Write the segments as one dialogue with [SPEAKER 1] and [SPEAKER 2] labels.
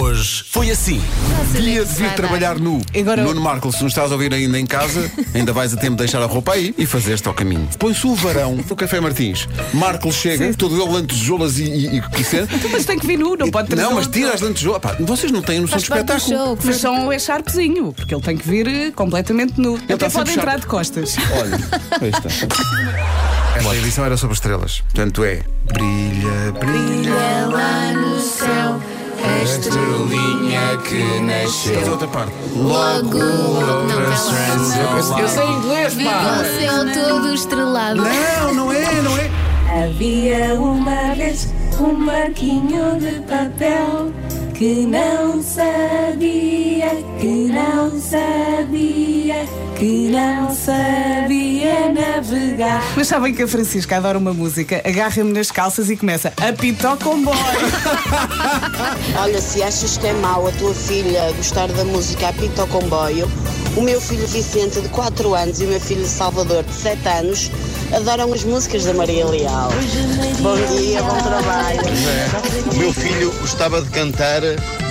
[SPEAKER 1] Hoje foi assim. Dia de vir trabalhar nu.
[SPEAKER 2] Agora-
[SPEAKER 1] Nuno Marco, se nos estás a ouvir ainda em casa, ainda vais a tempo de deixar a roupa aí e fazer-te ao caminho. Põe-se o varão do Café Martins. Marco chega, todo ele lantejoulas e, e, e o que quiser.
[SPEAKER 2] Mas tem que vir nu, não pode trazer
[SPEAKER 1] Não, mas
[SPEAKER 2] um-
[SPEAKER 1] tira as lantejoulas. Pá, vocês não têm noção do
[SPEAKER 3] Faz parte do
[SPEAKER 1] espetáculo.
[SPEAKER 3] show.
[SPEAKER 2] Mas só é sharpzinho, porque ele tem que vir eh, completamente nu. Ele
[SPEAKER 1] tá
[SPEAKER 2] Até pode
[SPEAKER 1] sempre
[SPEAKER 2] entrar
[SPEAKER 1] sharp.
[SPEAKER 2] de costas.
[SPEAKER 1] Olha, aí está. Esta edição era sobre estrelas. Portanto é. Brilha, brilha.
[SPEAKER 3] Lá no céu,
[SPEAKER 4] Estrelinha que
[SPEAKER 1] Faz
[SPEAKER 4] nasceu
[SPEAKER 1] é outra parte.
[SPEAKER 3] logo. Não,
[SPEAKER 4] Eu- eu sei inglês,
[SPEAKER 3] Viva o céu todo estrelado.
[SPEAKER 1] Não, não é, não é.
[SPEAKER 5] Havia uma vez um barquinho de papel que não sabia, que não sabia, que não sabia navegar.
[SPEAKER 2] Mas sabem que a Francisca adora uma música, agarra-me nas calças e começa a pitó comboio.
[SPEAKER 6] Olha, se achas que é mau a tua filha gostar da música apita ao comboio, o meu filho Vicente, de 4 anos, e o meu filho Salvador, de 7 anos, adoram as músicas da Maria Leal. Bom dia, bom trabalho.
[SPEAKER 7] O meu filho gostava de cantar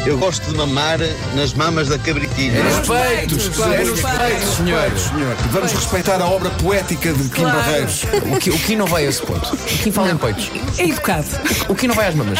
[SPEAKER 7] Eu gosto de mamar nas mamas da cabritinha.
[SPEAKER 4] Respeitos, respeitos, respeitos, senhores.
[SPEAKER 1] Senhor, vamos respeitar a obra poética de Kim
[SPEAKER 2] Claro.
[SPEAKER 1] Barreiros.
[SPEAKER 4] O que, o que não vai a esse ponto? O que fala em peitos?
[SPEAKER 2] É educado.
[SPEAKER 4] O que não vai às mamas?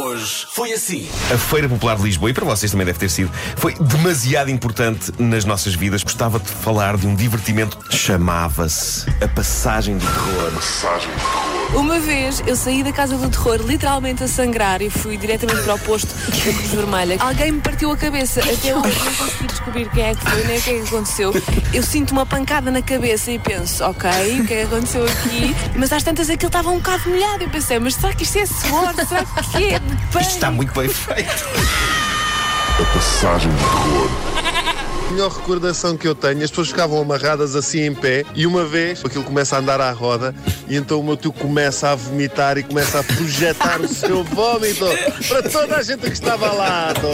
[SPEAKER 1] Hoje foi assim.
[SPEAKER 8] A Feira Popular de Lisboa, e para vocês também deve ter sido, foi demasiado importante nas nossas vidas. Gostava de falar de um divertimento. Chamava-se A Passagem do Terror.
[SPEAKER 9] Uma vez eu saí da casa do terror literalmente a sangrar e fui diretamente para o posto da Cruz Vermelha. Alguém me partiu a cabeça. Até hoje não consegui descobrir quem é que foi nem o que é que aconteceu. Eu sinto uma pancada na cabeça e penso, ok, o que é que aconteceu aqui? Mas às tantas aquilo estava um bocado molhado. Eu pensei, mas será que isto é suor? Será que é de pano?
[SPEAKER 8] Isto está muito bem feito.
[SPEAKER 7] A melhor recordação que eu tenho, as pessoas ficavam amarradas assim em pé e uma vez aquilo começa a andar à roda e então o meu tio começa a vomitar e começa a projetar o seu vómito para toda a gente que estava ao lado.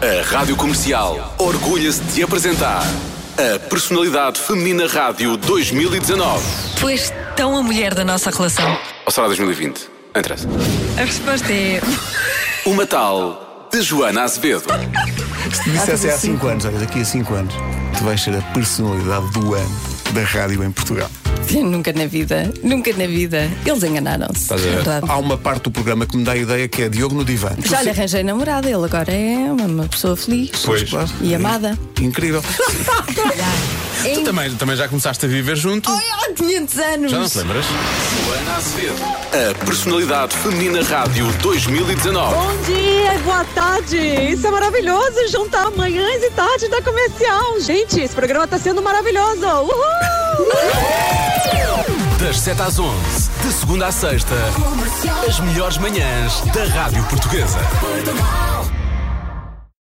[SPEAKER 10] A Rádio Comercial orgulha-se de apresentar a Personalidade Feminina Rádio 2019.
[SPEAKER 9] Tu és tão a mulher da nossa relação.
[SPEAKER 10] Ou será 2020? Não interessa.
[SPEAKER 9] A resposta é...
[SPEAKER 10] Uma tal de Joana Azevedo.
[SPEAKER 1] Se dissesse há 5 anos, olha, daqui a 5 anos, tu vais ser a personalidade do ano da rádio em Portugal.
[SPEAKER 9] Nunca na vida, nunca na vida. Eles enganaram-se.
[SPEAKER 1] Há uma parte do programa que me dá a ideia que é Diogo no divã.
[SPEAKER 9] Já lhe arranjei namorada, ele agora é uma, uma pessoa feliz
[SPEAKER 8] Pois.
[SPEAKER 9] e amada.
[SPEAKER 1] Incrível.
[SPEAKER 4] Tu também, também já começaste a viver junto?
[SPEAKER 9] Há 500 anos!
[SPEAKER 4] Já não te lembras?
[SPEAKER 10] Joana Azevedo. A Personalidade Feminina Rádio 2019.
[SPEAKER 5] Bom dia, boa tarde. Isso é maravilhoso juntar manhãs e tardes da comercial. Gente, esse programa tá sendo maravilhoso. Uhul!
[SPEAKER 10] Das 7 às 11, de segunda à sexta, as melhores manhãs da Rádio Portuguesa.